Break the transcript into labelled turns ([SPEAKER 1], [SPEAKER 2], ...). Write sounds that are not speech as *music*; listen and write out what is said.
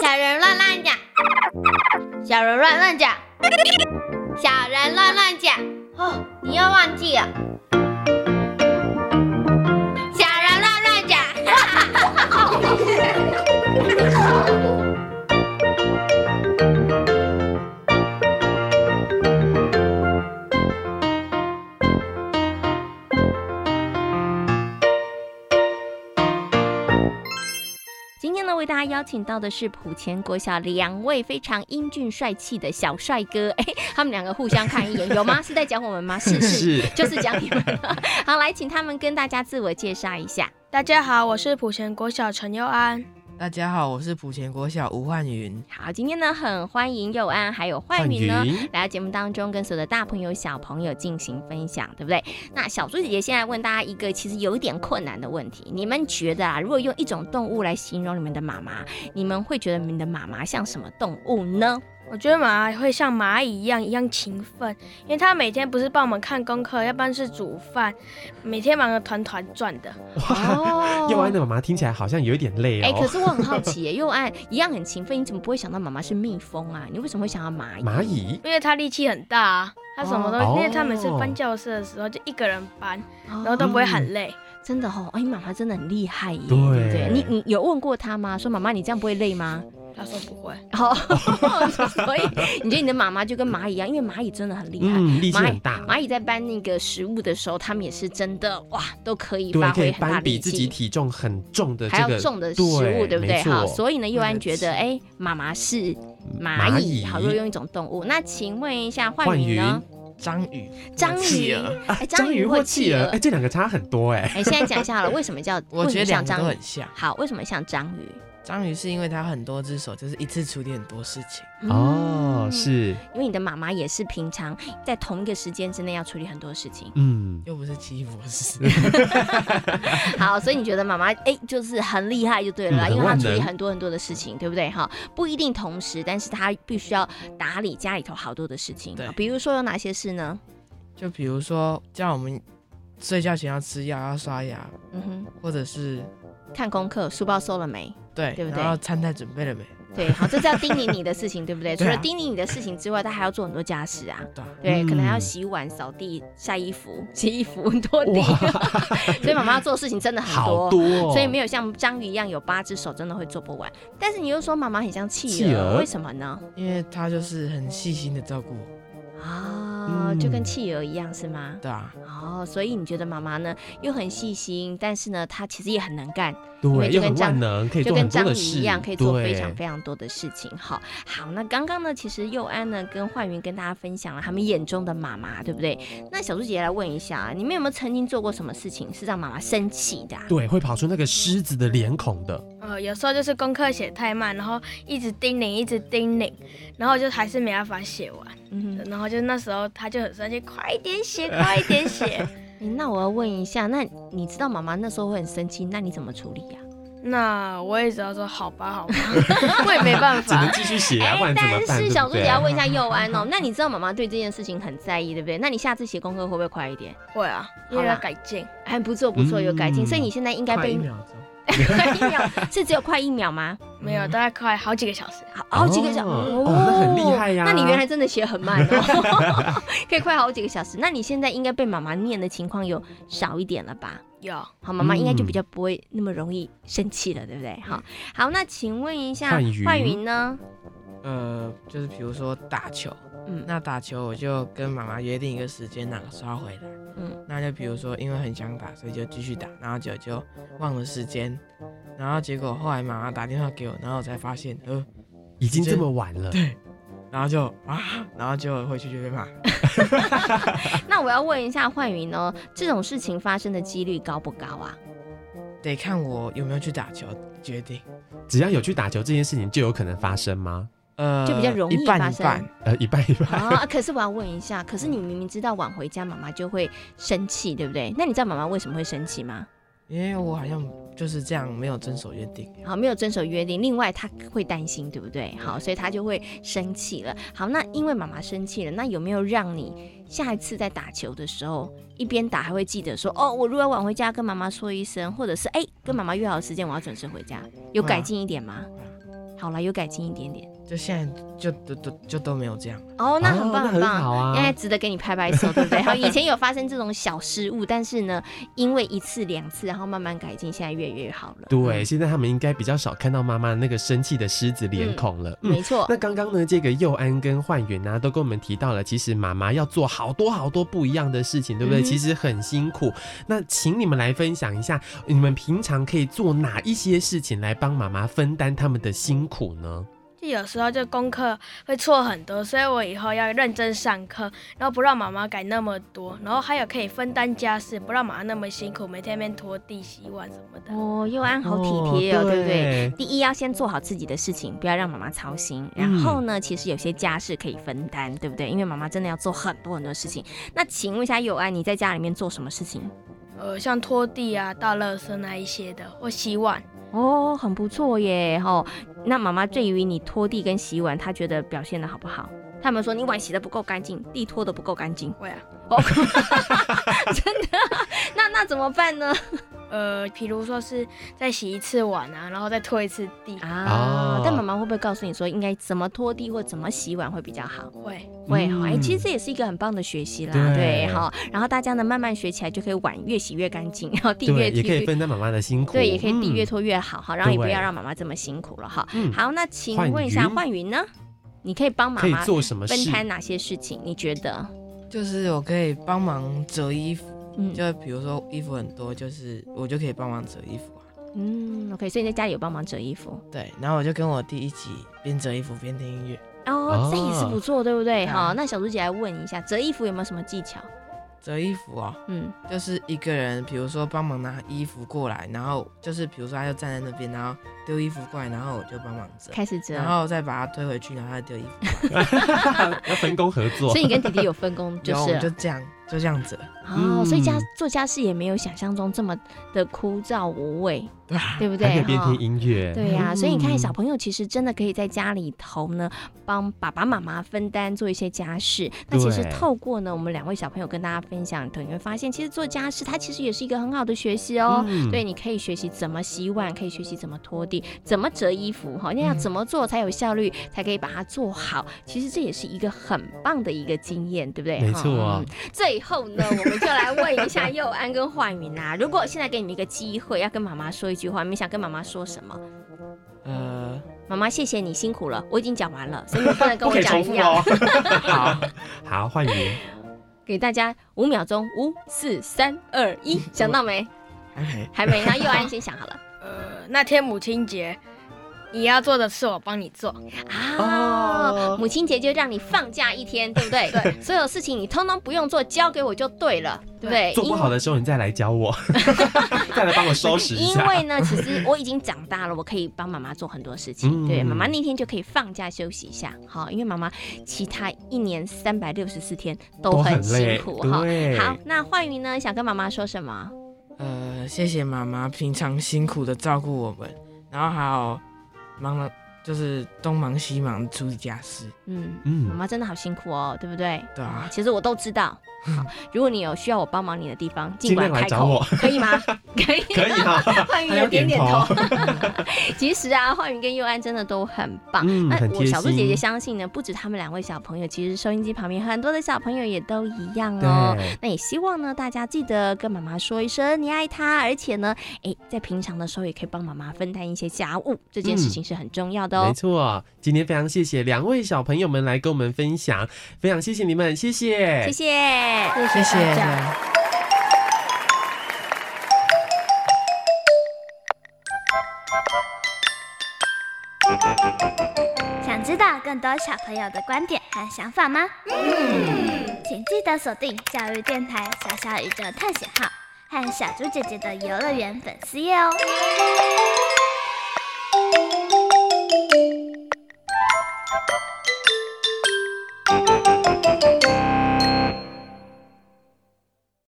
[SPEAKER 1] 小人乱乱讲，小人乱乱讲，小人乱乱讲。哦，你又忘记了。小人乱乱讲，
[SPEAKER 2] 今天呢，为大家邀请到的是普前国小两位非常英俊帅气的小帅哥， *laughs* 哎、他们两个互相看一眼，有 *laughs* 吗？是在讲我们吗？是是，
[SPEAKER 3] 是
[SPEAKER 2] 就是讲你们。 *laughs* 好，来，请他们跟大家自我介绍一下。
[SPEAKER 4] 大家好，我是普贤国小陈佑安。
[SPEAKER 3] *laughs* 大家好，我是莆田国小吴焕云。
[SPEAKER 2] 好，今天呢，很欢迎佑安还有焕云呢来到节目当中，跟所有的大朋友小朋友进行分享，对不对？那小猪姐姐现在问大家一个其实有一点困难的问题，你们觉得啊，如果用一种动物来形容你们的妈妈，你们会觉得你们的妈妈像什么动物呢？
[SPEAKER 4] 我觉得妈妈会像蚂蚁一样一样勤奋，因为她每天不是帮我们看功课，要不然是煮饭，每天忙得团团转的。
[SPEAKER 5] 哇，
[SPEAKER 2] 哦
[SPEAKER 5] 幼安的妈妈听起来好像有一点累
[SPEAKER 2] 哎、可
[SPEAKER 5] 哦。
[SPEAKER 2] 是我很好奇耶，佑安一样很勤奋，你怎么不会想到妈妈是蜜蜂啊？你为什么会想到蚂蚁？啊
[SPEAKER 5] 蚂蚁
[SPEAKER 4] 因为她力气很大啊，她什么都，
[SPEAKER 5] 哦
[SPEAKER 4] 因为她每次搬教室的时候就一个人搬，
[SPEAKER 2] 然
[SPEAKER 4] 然
[SPEAKER 5] 啊
[SPEAKER 4] 后都不会喊累。
[SPEAKER 2] 真的哦，哎，妈妈真的很厉害耶，
[SPEAKER 5] 对
[SPEAKER 2] 对不对？你你有问过她吗？说妈妈，你这样不会累吗？ *laughs*
[SPEAKER 4] 她说不会，
[SPEAKER 2] 好， *laughs* 所以你觉得你的妈妈就跟蚂蚁一样，因为蚂蚁真的很厉害。
[SPEAKER 5] 嗯，力气
[SPEAKER 2] 蚂蚁
[SPEAKER 5] 很大，
[SPEAKER 2] 蚂蚁在搬那个食物的时候，它们也是真的哇，都可以
[SPEAKER 5] 对，
[SPEAKER 2] 发
[SPEAKER 5] 可以
[SPEAKER 2] 挥很大
[SPEAKER 5] 搬比
[SPEAKER 2] 力
[SPEAKER 5] 自己
[SPEAKER 2] 气，
[SPEAKER 5] 体重很重的
[SPEAKER 2] 还
[SPEAKER 5] 这
[SPEAKER 2] 要
[SPEAKER 5] 个
[SPEAKER 2] 重的食物，对不对？
[SPEAKER 5] 没错
[SPEAKER 2] 哈，所以呢，佑安觉得，
[SPEAKER 5] 那个
[SPEAKER 2] 哎，妈妈是蚂
[SPEAKER 5] 蚂
[SPEAKER 2] 蚁，
[SPEAKER 5] 蚁
[SPEAKER 2] 好，如果用一种动物，那请问一下，焕
[SPEAKER 5] 焕
[SPEAKER 2] 宇呢？
[SPEAKER 3] 章鱼，
[SPEAKER 2] 章
[SPEAKER 3] 企
[SPEAKER 2] 鱼
[SPEAKER 3] 鹅，
[SPEAKER 2] *laughs* 哎，
[SPEAKER 5] 章鱼或企鹅，哎，
[SPEAKER 2] *laughs* 哎，
[SPEAKER 5] 这两个差很多哎。
[SPEAKER 2] 现在讲一下了，为什么叫？
[SPEAKER 3] 我
[SPEAKER 2] 为什
[SPEAKER 3] 觉得
[SPEAKER 2] 么
[SPEAKER 3] 两
[SPEAKER 2] 像
[SPEAKER 3] 个
[SPEAKER 2] 章鱼
[SPEAKER 3] 都很？像。
[SPEAKER 2] 好，为什么像章鱼？
[SPEAKER 3] 章鱼是因为它很多只手，就是一次处理很多事情。
[SPEAKER 5] 哦，
[SPEAKER 2] 嗯
[SPEAKER 5] 是，，
[SPEAKER 2] 因为你的妈妈也是平常在同一个时间之内要处理很多事情
[SPEAKER 5] 嗯，
[SPEAKER 3] 又不是奇异博士，
[SPEAKER 5] *laughs*
[SPEAKER 2] 好，所以你觉得妈妈哎、就是很厉害就对了啦，
[SPEAKER 5] 嗯很
[SPEAKER 2] 因为她
[SPEAKER 5] 万
[SPEAKER 2] 处理
[SPEAKER 5] 能
[SPEAKER 2] 很多很多的事情，对不对哈？不一定同时，但是她必须要打理家里头好多的事情
[SPEAKER 3] 对，
[SPEAKER 2] 比如说有哪些事呢？
[SPEAKER 3] 就比如说叫我们睡觉前要吃药、要刷牙，
[SPEAKER 2] 嗯哼，
[SPEAKER 3] 或者是
[SPEAKER 2] 看功课，书包收了没？
[SPEAKER 3] 对，
[SPEAKER 2] 对不对
[SPEAKER 3] 然后餐袋准备了没？
[SPEAKER 2] 对，好，这是要叮咛你的事情，对不对？除
[SPEAKER 3] 对啊
[SPEAKER 2] 了叮咛你的事情之外，她还要做很多家事啊。
[SPEAKER 3] 对啊，
[SPEAKER 2] 对，可能还要
[SPEAKER 5] 嗯
[SPEAKER 2] 洗碗、扫地、晒衣服、 *laughs* 洗衣服、拖地，
[SPEAKER 5] 哇，
[SPEAKER 2] *laughs* 所以妈妈要做的事情真的很
[SPEAKER 5] 好多哦，
[SPEAKER 2] 所以没有像章鱼一样有八只手，真的会做不完。但是你又说妈妈很像企鹅，
[SPEAKER 5] 企鹅
[SPEAKER 2] 为什么呢？
[SPEAKER 3] 因为它就是很细心的照顾我，
[SPEAKER 2] 啊、
[SPEAKER 5] 嗯
[SPEAKER 2] 就跟企鹅一样是吗？
[SPEAKER 3] 对啊，
[SPEAKER 2] 哦，所以你觉得妈妈呢又很细心，但是呢她其实也很能干，因为
[SPEAKER 5] 对，
[SPEAKER 2] 就
[SPEAKER 5] 又
[SPEAKER 2] 跟
[SPEAKER 5] 很
[SPEAKER 2] 章
[SPEAKER 5] 万能，可以
[SPEAKER 2] 就
[SPEAKER 5] 做
[SPEAKER 2] 跟
[SPEAKER 5] 很多
[SPEAKER 2] 章鱼
[SPEAKER 5] 的事，
[SPEAKER 2] 一样，可以做非
[SPEAKER 5] 对
[SPEAKER 2] 常非常多的事情。好，好，那刚刚呢，其实佑安呢跟焕云跟大家分享了他们眼中的妈妈，对不对？那小猪姐姐来问一下啊，你们有没有曾经做过什么事情是让妈妈生气的、啊？
[SPEAKER 5] 对，会跑出那个狮子的脸孔的，
[SPEAKER 4] 呃，有时候就是功课写太慢，然后一直叮咛，一直叮咛，然后就还是没办法写完。
[SPEAKER 2] 嗯哼。
[SPEAKER 4] 然后就那时候他就很生气，快一点写，快一点写。
[SPEAKER 2] 诶那我要问一下，那你知道妈妈那时候会很生气，那你怎么处理啊呀、
[SPEAKER 4] 那我也只要说好吧，好吧，我也没办
[SPEAKER 5] 只能
[SPEAKER 4] 法。
[SPEAKER 5] 继续写啊，不然怎么
[SPEAKER 1] 哎
[SPEAKER 2] 哎但
[SPEAKER 5] 办？对
[SPEAKER 2] 是
[SPEAKER 5] 不
[SPEAKER 2] 小猪
[SPEAKER 5] 对
[SPEAKER 2] 姐要问一下佑
[SPEAKER 5] 嗯
[SPEAKER 2] 安哦，那你知道妈妈对这件事情很在意，对不对？那你下次写功课会不会快一点？
[SPEAKER 4] 会啊，因为要改 *laughs* 进。
[SPEAKER 2] 哎，不错不错，有改进，
[SPEAKER 5] 嗯
[SPEAKER 2] 所以你现在应该
[SPEAKER 3] 快
[SPEAKER 2] 被
[SPEAKER 3] 一秒钟。嗯
[SPEAKER 2] 快一秒，是只有快一秒吗？
[SPEAKER 4] 没有，大概快好几个小时。
[SPEAKER 2] 好好几个小时，
[SPEAKER 5] 哦哦那很厉害呀
[SPEAKER 2] 那你原来真的写很慢哦， *laughs* 可以快好几个小时。那你现在应该被妈妈念的情况有少一点了吧？
[SPEAKER 4] 有，
[SPEAKER 2] 好，妈妈应该就
[SPEAKER 5] 嗯
[SPEAKER 2] 比较不会那么容易生气了，对不对？好，好，那请问一下，
[SPEAKER 5] 焕云
[SPEAKER 2] 呢？
[SPEAKER 3] 呃，就是比如说打球，
[SPEAKER 2] 嗯
[SPEAKER 3] 那打球我就跟妈妈约定一个时间，哪个时候要回来。
[SPEAKER 2] 嗯，
[SPEAKER 3] 那就比如说因为很想打，所以就继续打，然后就就忘了时间，然后结果后来妈妈打电话给我，然后我才发现，呃，
[SPEAKER 5] 已经这么晚了，
[SPEAKER 3] 然后就啊，然后就回去就被骂。
[SPEAKER 2] 那我要问一下焕云哦，这种事情发生的几率高不高啊？
[SPEAKER 3] 得看我有没有去打球决定，
[SPEAKER 5] 只要有去打球这件事情，就有可能发生吗？
[SPEAKER 3] 呃，
[SPEAKER 2] 就比较容易
[SPEAKER 3] 一半
[SPEAKER 2] 发
[SPEAKER 3] 一
[SPEAKER 2] 生
[SPEAKER 3] 半。
[SPEAKER 5] 呃，一半一半。
[SPEAKER 2] 啊，可是我要问一下，可是你明明知道晚回家妈妈就会生气，对不对？那你知道妈妈为什么会生气吗？
[SPEAKER 3] 因为我好像就是这样没有遵守约定。
[SPEAKER 2] 好，没有遵守约定。另外，他会担心，对不对？好，所以他就会生气了。好，那因为妈妈生气了，那有没有让你下一次在打球的时候，一边打还会记得说，哦，我如果要晚回家，跟妈妈说一声，或者是哎、跟妈妈约好时间，我要准时回家，有
[SPEAKER 5] 嗯
[SPEAKER 2] 改进一点吗？好了，有改进一点点。
[SPEAKER 3] 就现在就都都就都没有这样，
[SPEAKER 2] 哦，那很棒，
[SPEAKER 5] 哦那
[SPEAKER 2] 很棒。哎
[SPEAKER 5] 好啊
[SPEAKER 2] 应。该值得给你拍拍手，对不对？好，以前有发生这种小失误，但是呢，因为一次两次，然后慢慢改进，现在越来越好了。嗯
[SPEAKER 5] 对，现在他们应该比较少看到妈妈那个生气的狮子脸孔了。嗯
[SPEAKER 2] 没错。
[SPEAKER 5] 那刚刚呢，这个佑安跟焕元啊，都跟我们提到了，其实妈妈要做好多好多不一样的事情，对不对？
[SPEAKER 2] 嗯哼
[SPEAKER 5] 其实很辛苦。那请你们来分享一下，你们平常可以做哪一些事情来帮妈妈分担他们的辛苦呢？
[SPEAKER 4] 就有时候就功课会错很多，所以我以后要认真上课，然后不让妈妈改那么多，然后还有可以分担家事，不让妈妈那么辛苦，每天边拖地、洗碗什么的。
[SPEAKER 2] 哦，佑安好体贴哦，
[SPEAKER 5] 哦
[SPEAKER 2] 对不对？？第一要先做好自己的事情，不要让妈妈操心。然后呢，其实有些家事可以分担，对不对？因为妈妈真的要做很多很多事情。那请问一下佑安，你在家里面做什么事情？
[SPEAKER 4] 呃，像拖地啊、倒垃圾那一些的，或洗碗。
[SPEAKER 2] 哦，很不错耶！哦，那妈妈对于你拖地跟洗碗，她觉得表现的好不好？他们说你碗洗的不够干净，地拖的不够干净。
[SPEAKER 4] 会啊，
[SPEAKER 2] 哦，真的？那那怎么办呢？
[SPEAKER 4] 呃，比如说是再洗一次碗啊，然后再拖一次地。
[SPEAKER 2] 啊，
[SPEAKER 5] 哦
[SPEAKER 2] 但妈妈会不会告诉你说应该怎么拖地或怎么洗碗会比较好？
[SPEAKER 4] 会，
[SPEAKER 2] 会哈，哎、
[SPEAKER 5] 嗯
[SPEAKER 2] 其实这也是一个很棒的学习啦，
[SPEAKER 5] 对
[SPEAKER 2] 对哈。然后大家呢慢慢学起来，就可以碗越洗越干净，然后地
[SPEAKER 5] 对，
[SPEAKER 2] 越
[SPEAKER 5] 也
[SPEAKER 2] 踢
[SPEAKER 5] 可以
[SPEAKER 2] 越。
[SPEAKER 5] 分担妈妈的辛苦。
[SPEAKER 2] 对，也可以地越
[SPEAKER 5] 嗯
[SPEAKER 2] 拖越好哈，然后也不
[SPEAKER 5] 对
[SPEAKER 2] 要让妈妈这么辛苦了哈。
[SPEAKER 5] 嗯
[SPEAKER 2] 好，那请
[SPEAKER 5] 焕
[SPEAKER 2] 问一下
[SPEAKER 5] 云
[SPEAKER 2] 焕云呢？你可以帮妈
[SPEAKER 5] 可以
[SPEAKER 2] 妈
[SPEAKER 5] 做什么
[SPEAKER 2] 分
[SPEAKER 5] 事？
[SPEAKER 2] 摊哪些事情？你觉得？
[SPEAKER 3] 就是我可以帮忙折衣服，
[SPEAKER 2] 嗯
[SPEAKER 3] 就比如说衣服很多，就是我就可以帮忙折衣服啊。
[SPEAKER 2] 嗯，OK，所以你在家里有帮忙折衣服
[SPEAKER 3] 对，然后我就跟我弟一起边折衣服边听音乐。
[SPEAKER 2] 哦，这也是不错，对不对？
[SPEAKER 3] 啊
[SPEAKER 2] 哈，那小猪姐来问一下，折衣服有没有什么技巧？
[SPEAKER 3] 折衣服啊、
[SPEAKER 2] 嗯，
[SPEAKER 3] 就是一个人，比如说帮忙拿衣服过来，然后就是比如说他就站在那边，然后丢衣服过来，然后我就帮忙折，
[SPEAKER 2] 开始折
[SPEAKER 3] 然，后再把它推回去，然后再丢衣服过来。
[SPEAKER 5] *laughs* 要分工合作
[SPEAKER 2] 所。以你跟弟弟有分
[SPEAKER 5] *laughs*
[SPEAKER 2] 工，就
[SPEAKER 3] 然后
[SPEAKER 2] 是
[SPEAKER 3] 我
[SPEAKER 2] 了
[SPEAKER 3] 就这样就这样折，
[SPEAKER 2] 哦，所以家
[SPEAKER 5] 嗯
[SPEAKER 2] 做家事也没有想象中这么的枯燥无味，
[SPEAKER 3] 对吧？
[SPEAKER 2] 对不
[SPEAKER 5] 啊 *laughs* 还
[SPEAKER 2] 对？
[SPEAKER 5] 可以边
[SPEAKER 2] 哈
[SPEAKER 5] 听音乐，
[SPEAKER 2] 对呀、所以你看，
[SPEAKER 5] 嗯
[SPEAKER 2] 小朋友其实真的可以在家里头呢，帮爸爸妈妈分担做一些家事。那其实
[SPEAKER 5] 对
[SPEAKER 2] 透过呢，我们两位小朋友跟大家分享，你会发现，其实做家事它其实也是一个很好的学习哦。
[SPEAKER 5] 嗯
[SPEAKER 2] 对，你可以学习怎么洗碗，可以学习怎么拖地，怎么折衣服，哈，那要
[SPEAKER 3] 嗯
[SPEAKER 2] 怎么做才有效率，才可以把它做好。其实这也是一个很棒的一个经验，对不对？
[SPEAKER 5] 没
[SPEAKER 2] 哈
[SPEAKER 5] 错啊
[SPEAKER 2] 嗯最后呢，我们就来问一下佑安跟焕云啦、 *laughs* 如果现在给你们一个机会，要跟妈妈说一句话，你们想跟妈妈说什么？
[SPEAKER 3] 呃，
[SPEAKER 2] 妈妈，谢谢你辛苦了，我已经讲完了，所以你不能跟
[SPEAKER 5] *laughs* 不可
[SPEAKER 2] 我
[SPEAKER 5] 以
[SPEAKER 2] 讲
[SPEAKER 5] 重
[SPEAKER 2] 一
[SPEAKER 5] 复
[SPEAKER 2] 样。 *laughs*
[SPEAKER 5] 哦。好，换你。
[SPEAKER 2] 给大家五秒钟，五、四、三、二、一，想到没？
[SPEAKER 3] 还没
[SPEAKER 2] 还没，那佑安先想好了。
[SPEAKER 4] 呃，那天母亲节，你要做的事我帮你做。
[SPEAKER 2] 啊，母亲节就让你放假一天，对不对？对，所有事情你通通不用做，交给我就对了，对不对？
[SPEAKER 5] 做不好的时候，你再来教我， *laughs* 再来帮我收拾一
[SPEAKER 2] 因
[SPEAKER 5] 下。
[SPEAKER 2] 为呢，其实我已经长大了，我可以帮妈妈做很多事情。
[SPEAKER 5] 嗯
[SPEAKER 2] 对，妈妈那天就可以放假休息一下，好，因为妈妈其他一年三百六十四天都
[SPEAKER 5] 都
[SPEAKER 2] 很
[SPEAKER 5] 很
[SPEAKER 2] 辛
[SPEAKER 5] 累
[SPEAKER 2] 苦哈。
[SPEAKER 5] 对
[SPEAKER 2] 好，那焕云呢，想跟妈妈说什么？
[SPEAKER 3] 呃，谢谢妈妈平常辛苦的照顾我们，然后还有忙了就是东忙西忙处理家事，
[SPEAKER 2] 嗯。妈
[SPEAKER 5] 嗯，
[SPEAKER 2] 妈真的好辛苦哦，对不对？
[SPEAKER 3] 对啊，
[SPEAKER 2] 其实我都知道。好，如果你有需要我帮忙你的地方，尽管
[SPEAKER 5] 尽量来
[SPEAKER 2] 开
[SPEAKER 5] 找
[SPEAKER 2] 口
[SPEAKER 5] 我，
[SPEAKER 2] 可以
[SPEAKER 5] *laughs*
[SPEAKER 2] 吗？可以，
[SPEAKER 5] 可以。哈。
[SPEAKER 2] 焕云
[SPEAKER 5] 还
[SPEAKER 2] 有
[SPEAKER 5] 有
[SPEAKER 2] 点点
[SPEAKER 5] 点
[SPEAKER 2] 头
[SPEAKER 5] 头。
[SPEAKER 2] 其实啊，焕云跟佑安真的都很棒。
[SPEAKER 5] 嗯
[SPEAKER 2] 那
[SPEAKER 5] 很
[SPEAKER 2] 哎我
[SPEAKER 5] 贴
[SPEAKER 2] 小猪姐姐
[SPEAKER 5] 心
[SPEAKER 2] 相信呢，不止他们两位小朋友，其实收音机旁边很多的小朋友也都一样哦。
[SPEAKER 5] 对，
[SPEAKER 2] 那也希望呢，大家记得跟妈妈说一声你爱她，而且呢，哎，在平常的时候也可以帮妈妈分担一些家务，这件事
[SPEAKER 5] 嗯
[SPEAKER 2] 情是很重要的哦
[SPEAKER 5] 没。错。今天非常谢谢两位小朋友们来跟我们分享，非常谢谢你们，谢谢，
[SPEAKER 2] 谢谢。
[SPEAKER 3] 谢谢。
[SPEAKER 4] 大家
[SPEAKER 6] 想知道更多小朋友的观点和想法吗？请记得锁定教育电台《小小宇宙探险号》和小猪姐姐的游乐园粉丝页哦。